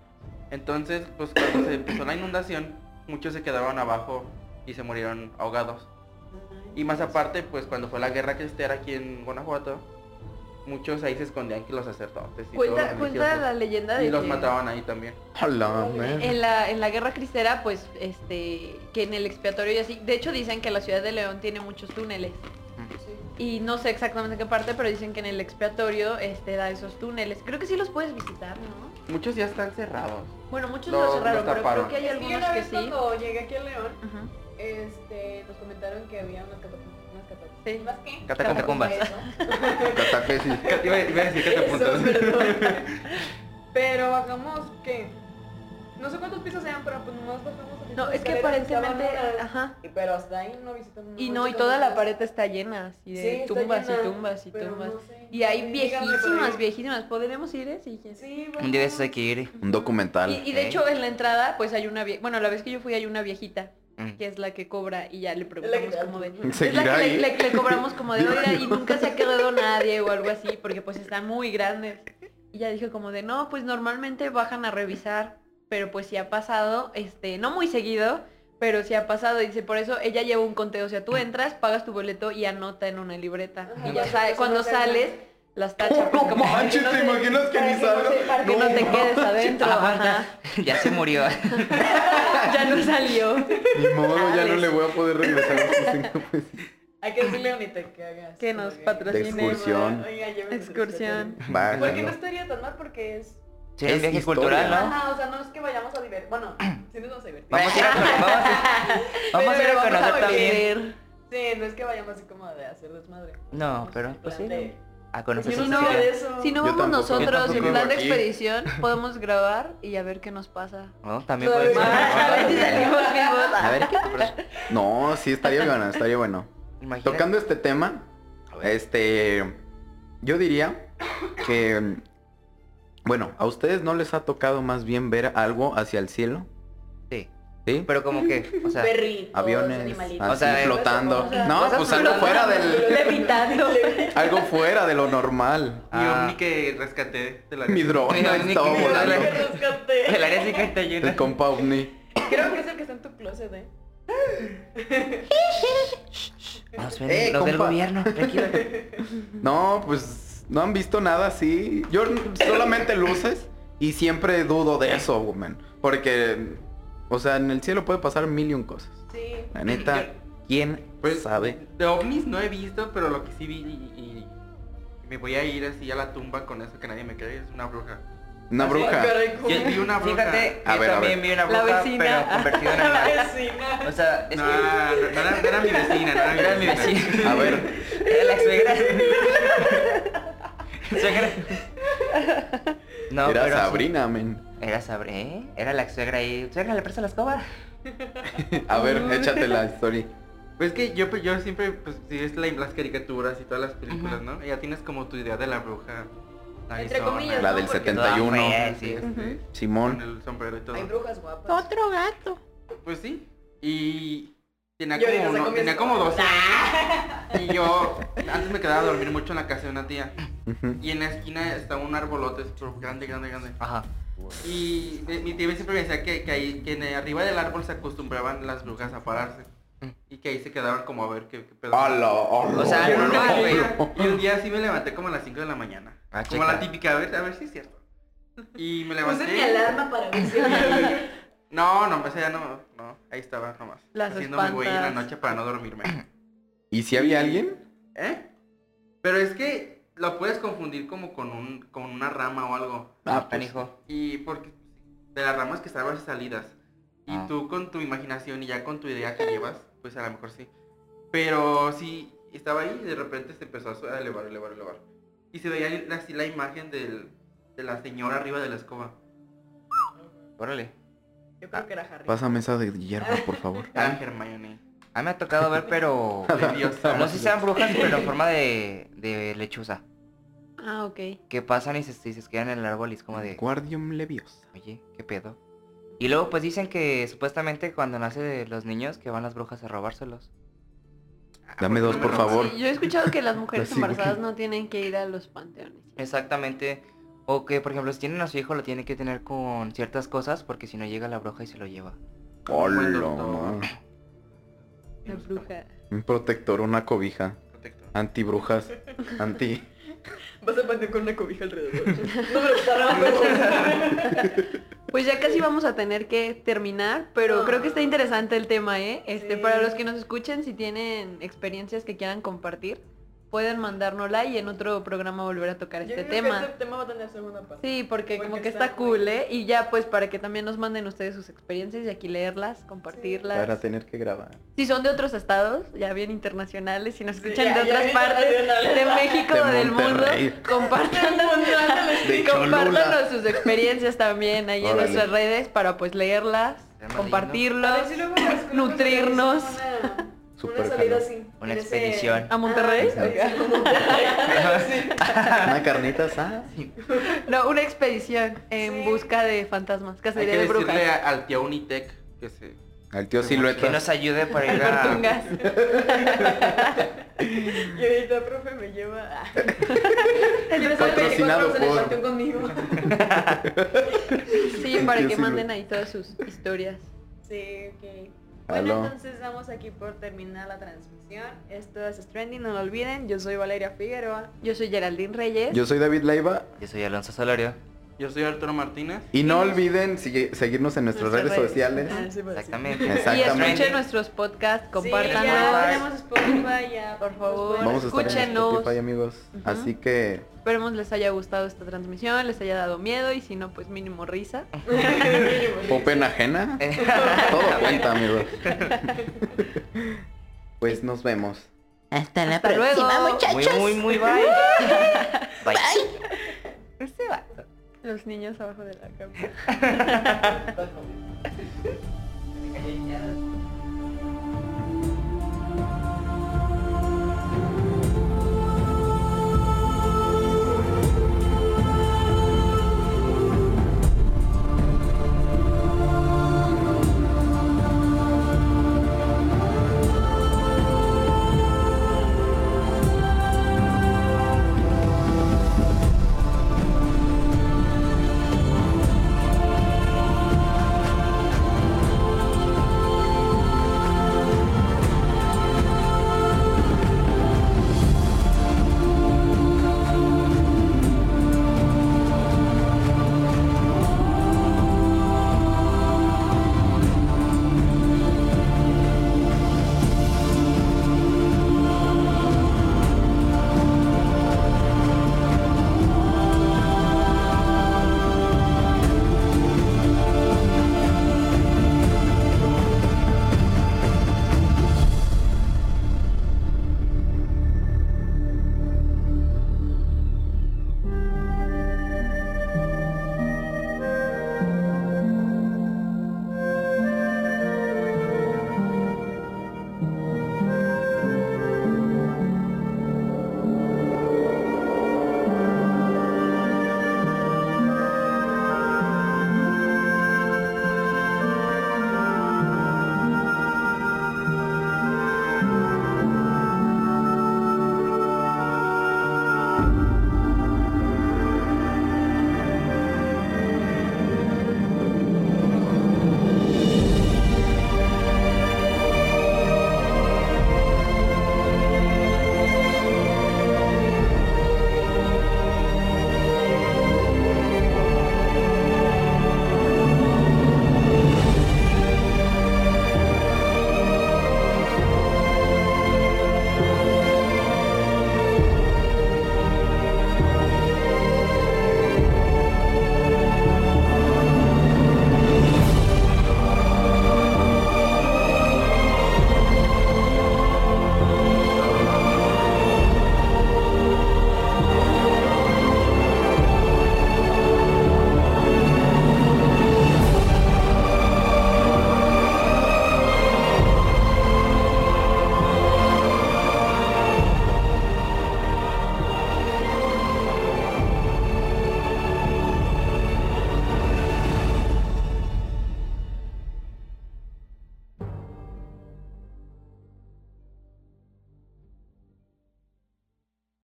D: Entonces, pues cuando se empezó la inundación, muchos se quedaban abajo y se murieron ahogados. Y más aparte, pues cuando fue la guerra cristera aquí en Guanajuato, muchos ahí se escondían que los sacerdotes y todos
A: Cuenta,
D: los
A: cuenta
D: religiosos.
A: la leyenda de
D: y los
A: que-
D: mataban ahí también.
C: A la mer-
A: En la, en la guerra cristera, pues, este, que en el expiatorio y así. De hecho dicen que la ciudad de León tiene muchos túneles. Y no sé exactamente qué parte, pero dicen que en el expiatorio este, da esos túneles. Creo que sí los puedes visitar, ¿no?
D: Muchos ya están cerrados.
A: Bueno, muchos
D: Los-
A: los cerraron,
D: los
A: pero
D: taparon.
A: creo que hay
B: Es que yo
A: algunos
B: una
A: que
B: vez
A: sí.
B: cuando llegué aquí a León,
A: Ujú.
B: este, nos comentaron que había unas catacumbas. Unas catacumbas.
A: Sí.
B: ¿Más qué?
F: Catacumbas.
C: Catequesis.
D: Iba, iba a decir que te apuntas.
B: Eso, perdón. Pero bajamos, ¿qué? No sé cuántos pisos sean, pero pues nomás bajamos. así
A: No,
B: por
A: es que
B: escaleras que
A: aparentemente,
B: estaban rotas.
A: ajá.
B: Y- Pero hasta ahí no visitamos.
A: Y
B: mucho
A: no, y
B: como
A: toda la
B: más.
A: pared está llena, así
B: Sí,
A: de
B: está
A: tumbas y
B: llena,
A: tumbas y
B: pero
A: tumbas.
B: no sé.
A: Y hay
B: Díganme por ahí.
A: viejísimas, viejísimas. ¿Podremos ir, eh? Sí,
B: Sí,
F: Un día de
B: vamos.
F: esos hay que ir.
C: Un documental. ¿eh?
A: Y, y de
F: Ok.
A: hecho en la entrada pues hay una vieja, bueno la vez que yo fui hay una viejita
F: Mm.
A: que es la que cobra y ya le
B: Es la que
A: preguntamos
B: te da
A: como de... Es
B: tu-
A: la
C: Seguirá
A: que le,
C: ahí.
A: le- le cobramos como de oiga y nunca se ha quedado nadie o algo así porque pues están muy grandes. Y ya dijo como de no, pues normalmente bajan a revisar, pero pues si ha pasado, este, no muy seguido, pero si ha pasado. Y dice, por eso ella lleva un conteo, o sea, tú entras, pagas tu boleto y anota en una libreta.
B: Ajá.
A: Y ya sa- cuando sales, las tachas.
C: No
A: como para
C: manches,
A: no
C: ¿te
A: se-
C: imaginas que
A: para
C: ni
A: no se-
C: salgas?
A: Para que no,
C: No
A: te quedes adentro.
F: Ah, ya se murió.
A: ajá. Ya no salió.
C: Ni modo, ya no le voy a poder regresar a este pues. sus cinco pesos.
B: Hay que decirle a Anita que hagas.
A: Que nos patrocine.
C: De excursión.
A: Excursión.
B: Porque no
C: Váyanlo.
B: estaría tan mal porque es...
F: Sí, es
C: Es
F: viaje
C: historia.
F: cultural, ¿no?
B: Ajá, o sea, no es que vayamos a divertir. Bueno, sí nos vamos a divertir.
F: Vamos a ir a, vamos a, vamos a ir a
B: Pero vamos a
F: conocer también.
B: volver.
A: Ver.
B: Sí, no es que vayamos así como de hacer desmadre.
F: No, pero pues sí. A conocer
A: Pues
B: Yo
A: sí,
F: su
B: no
A: no,
B: de
F: historia.
B: eso.
A: Si no
C: Yo
A: vamos
C: tampoco. Yo
A: nosotros
C: tampoco
A: en plan de
C: vivo aquí.
A: expedición, podemos grabar y a ver qué nos pasa. Ah,
F: No, también puede ser.
A: A ver si salimos vivos.
F: A ver, ¿qué?
C: No, sí, estaría bueno, estaría bueno.
F: Imagínate.
C: Tocando este tema, este, yo diría que, bueno, ¿a ustedes no les ha tocado más bien ver algo hacia el cielo?
F: Sí.
C: ¿Sí?
F: Pero como que, o sea,
B: Perritos,
C: Aviones
B: animalitos.
C: así
F: O sea, eh,
C: flotando.
B: o sea,
C: no,
F: cosas
C: pues algo
F: flotando.
C: fuera del,
A: Levitando.
C: algo fuera de lo normal.
D: Mi
F: Ah.
D: ovni que rescaté de la
C: Mi drone
F: Mi ovni
C: estaba
F: que-
C: volando.
B: Mira, que rescaté.
F: el área 51.
C: El compa ovni.
B: Creo que es el que está en tu closet, ¿eh?
F: No, los
C: Eh,
F: los del
C: compa.
F: gobierno, tranquilo.
C: No, pues no han visto nada así. Yo solamente luces y siempre dudo de eso, woman. Porque, o sea, en el cielo puede pasar mil y un cosas.
B: Sí.
C: La neta, ¿quién
D: Pues,
C: sabe?
D: De ovnis no he visto, pero lo que sí vi y, y- y me voy a ir así a la tumba con eso que nadie me cree, es una bruja.
C: Una
B: Sí,
C: bruja.
B: caray, ¿cómo?
D: Yo vi una bruja.
F: Fíjate,
C: A
F: yo
C: ver, a
F: también
C: ver.
F: vi una
A: La
F: bruja,
A: vecina.
F: pero convertida en
B: La
F: animal.
B: vecina.
F: O sea, es
D: No,
F: que
D: no, no era, no era mi vecina, no
F: Era
D: era
F: mi
D: mi
F: vecina.
D: vecina.
C: A ver,
F: Era la suegra. Suegra. No,
C: era
F: pero sí.
C: Sabrina, men.
F: Era Sabrina, ¿eh? Era la suegra ahí. Suegra, le presta la escoba.
C: A ver, échate la historia.
D: Pues es que yo, pues, yo siempre, pues si es la- las caricaturas y todas las películas,
F: Ajá.
D: ¿no? Ya tienes como tu idea de la bruja.
A: Entre
D: narizona,
A: comillas,
C: La del
A: Porque
C: 71.
F: toda fea.
D: así,
F: Sí.
D: este, Con
C: Simón.
D: el sombrero y todo.
B: Hay brujas guapas.
A: Otro gato.
D: Pues sí. Y tenía
B: Y ahorita
D: como,
B: se
D: uno-
B: comió
D: tenía
B: su-
D: como 12 años. Y yo antes me quedaba a dormir mucho en la casa de una tía.
C: Ujú.
D: Y en la esquina estaba un arbolote pero grande, grande, grande.
F: Ajá.
D: Y de- mi tía siempre me decía que, que ahí, que en- arriba del árbol se acostumbraban las brujas a pararse. Y que ahí se quedaban como a ver qué, qué pedo.
C: Ala, ala.
F: O sea,
D: Y
F: no,
D: un
F: normal, güey.
D: día- Y un día sí me levanté como a las 5 de la mañana.
F: Ah,
D: como
F: checa.
D: la típica, a ver, a ver si es cierto. Y me
B: Puse
D: levanté.
B: mi alarma para ver si había-
D: No, no, o sea, no, no, ahí estaba nomás.
A: Las
D: haciéndome güey en la
A: espantas.
D: noche para no dormirme.
C: ¿Y si había alguien?
D: ¿Eh? Pero es que lo puedes confundir como con un con una rama o algo.
C: Ah, pues.
F: Canijo.
D: Y porque de las ramas que estaban salidas. Y
F: Ah.
D: tú con tu imaginación y ya con tu idea que llevas, pues a lo mejor sí. Pero sí, estaba ahí y de repente se empezó a elevar, elevar, elevar. Y se veía la- así la imagen del, de la señora arriba de la escoba.
F: Órale.
B: Yo creo que era Harry.
C: Pásame esa de hierba, por favor.
D: Ah, Hermione.
F: A mí Ah, me ha tocado ver, pero...
D: Leviosa.
F: No sé si sean brujas, pero en forma de, de lechuza.
A: Ah, ok.
F: Que pasan y se, y se quedan en el árbol y es como de...
C: Guardium Leviosa.
F: Oye, ¿qué pedo? Y luego pues dicen que supuestamente cuando nace de los niños que van las brujas a robárselos.
C: Dame dos, por favor.
A: Sí, yo he escuchado que las mujeres
C: Así, güey.
A: embarazadas no tienen que ir a los panteones.
F: Exactamente. O que por ejemplo si tienen a su hijo lo tienen que tener con ciertas cosas porque si no llega la bruja y se lo lleva.
C: Hola,
D: Buen
C: ma.
A: La bruja.
C: Un protector, una cobija.
D: Protector.
C: Antibrujas. Anti.
B: Vas a pantear con una cobija alrededor. No me lo estaba
A: Pues ya casi vamos a tener que terminar, pero
B: Ah.
A: creo que está interesante el tema, ¿eh? Este,
B: Sí.
A: para los que nos escuchen, si tienen experiencias que quieran compartir, pueden mandárnosla y en otro programa volver a tocar
B: Yo
A: este
B: creo
A: tema.
B: Que este tema va a tener segunda parte.
A: Sí, porque,
B: Porque
A: como que
B: está
A: está cool,
B: muy-
A: ¿eh? Y ya pues para que también nos manden ustedes sus experiencias y aquí leerlas, compartirlas.
C: Para tener que grabar.
A: Si son de otros estados, ya bien internacionales, si nos
B: Sí,
A: escuchan
B: ya-
A: de
B: ya
A: otras
B: bien
A: partes de
B: internacionales.
A: México
C: De
A: o del mundo,
C: Monterrey.
A: compartan
C: De Cholula.
A: compártanos sus experiencias también ahí en
C: Órale.
A: nuestras redes para pues leerlas,
F: Tema
A: compartirlos.
B: A ver si luego las cosas
A: Nutrirnos.
B: se realizan Una,
C: Súper
B: una salida
C: jalo.
B: así.
F: Una
B: en ese-
F: expedición.
A: ¿A Monterrey?
B: Ah, sí, sí, a Monterrey. Sí.
C: Una carnita asada.
A: No, una expedición en
B: Sí.
A: busca de fantasmas,
D: Hay
A: cacería
D: que
A: de brujas.
D: decirle a- al tío Unitec que se...
C: Al tío
F: Que
C: Silueta.
F: nos ayude para ir
A: Al
F: a...
A: Portungas.
B: Y ahorita, profe, me lleva.
A: Entonces,
C: Patrocinado
B: en el
C: por-
B: panteón conmigo.
A: Sí, para
C: Yo
A: que
C: sí,
A: manden
C: güey.
A: ahí todas sus historias.
B: Sí, ok.
C: Aló.
B: Bueno, entonces damos aquí por terminar la transmisión. Esto es Stranding, no lo olviden. Yo soy Valeria Figueroa.
A: Yo soy Geraldine Reyes.
C: Yo soy David Leiva.
F: Yo soy Alonso Solario.
D: Yo soy Arturo Martínez.
C: Y no olviden sigue- seguirnos en nuestras redes sociales.
B: Ah,
F: Exactamente.
A: Y
C: Exactamente.
A: escuchen nuestros podcasts,
B: pues, Compartan.
A: compártanos.
B: tenemos Spotify ya. pues,
A: Por favor.
C: Vamos a estar en
A: Escúchenos.
C: Spotify, amigos.
A: Ujú.
C: Así que
A: Esperemos les haya gustado esta transmisión, les haya dado miedo y si no, pues mínimo risa.
C: Popen ajena. Todo cuenta, amigos. Pues nos vemos.
E: Hasta la
A: Hasta luego.
E: próxima,
A: Muy,
F: Muy,
E: muchachos.
F: muy, muy bye. Bye.
A: Los niños abajo de la cama.
B: favor.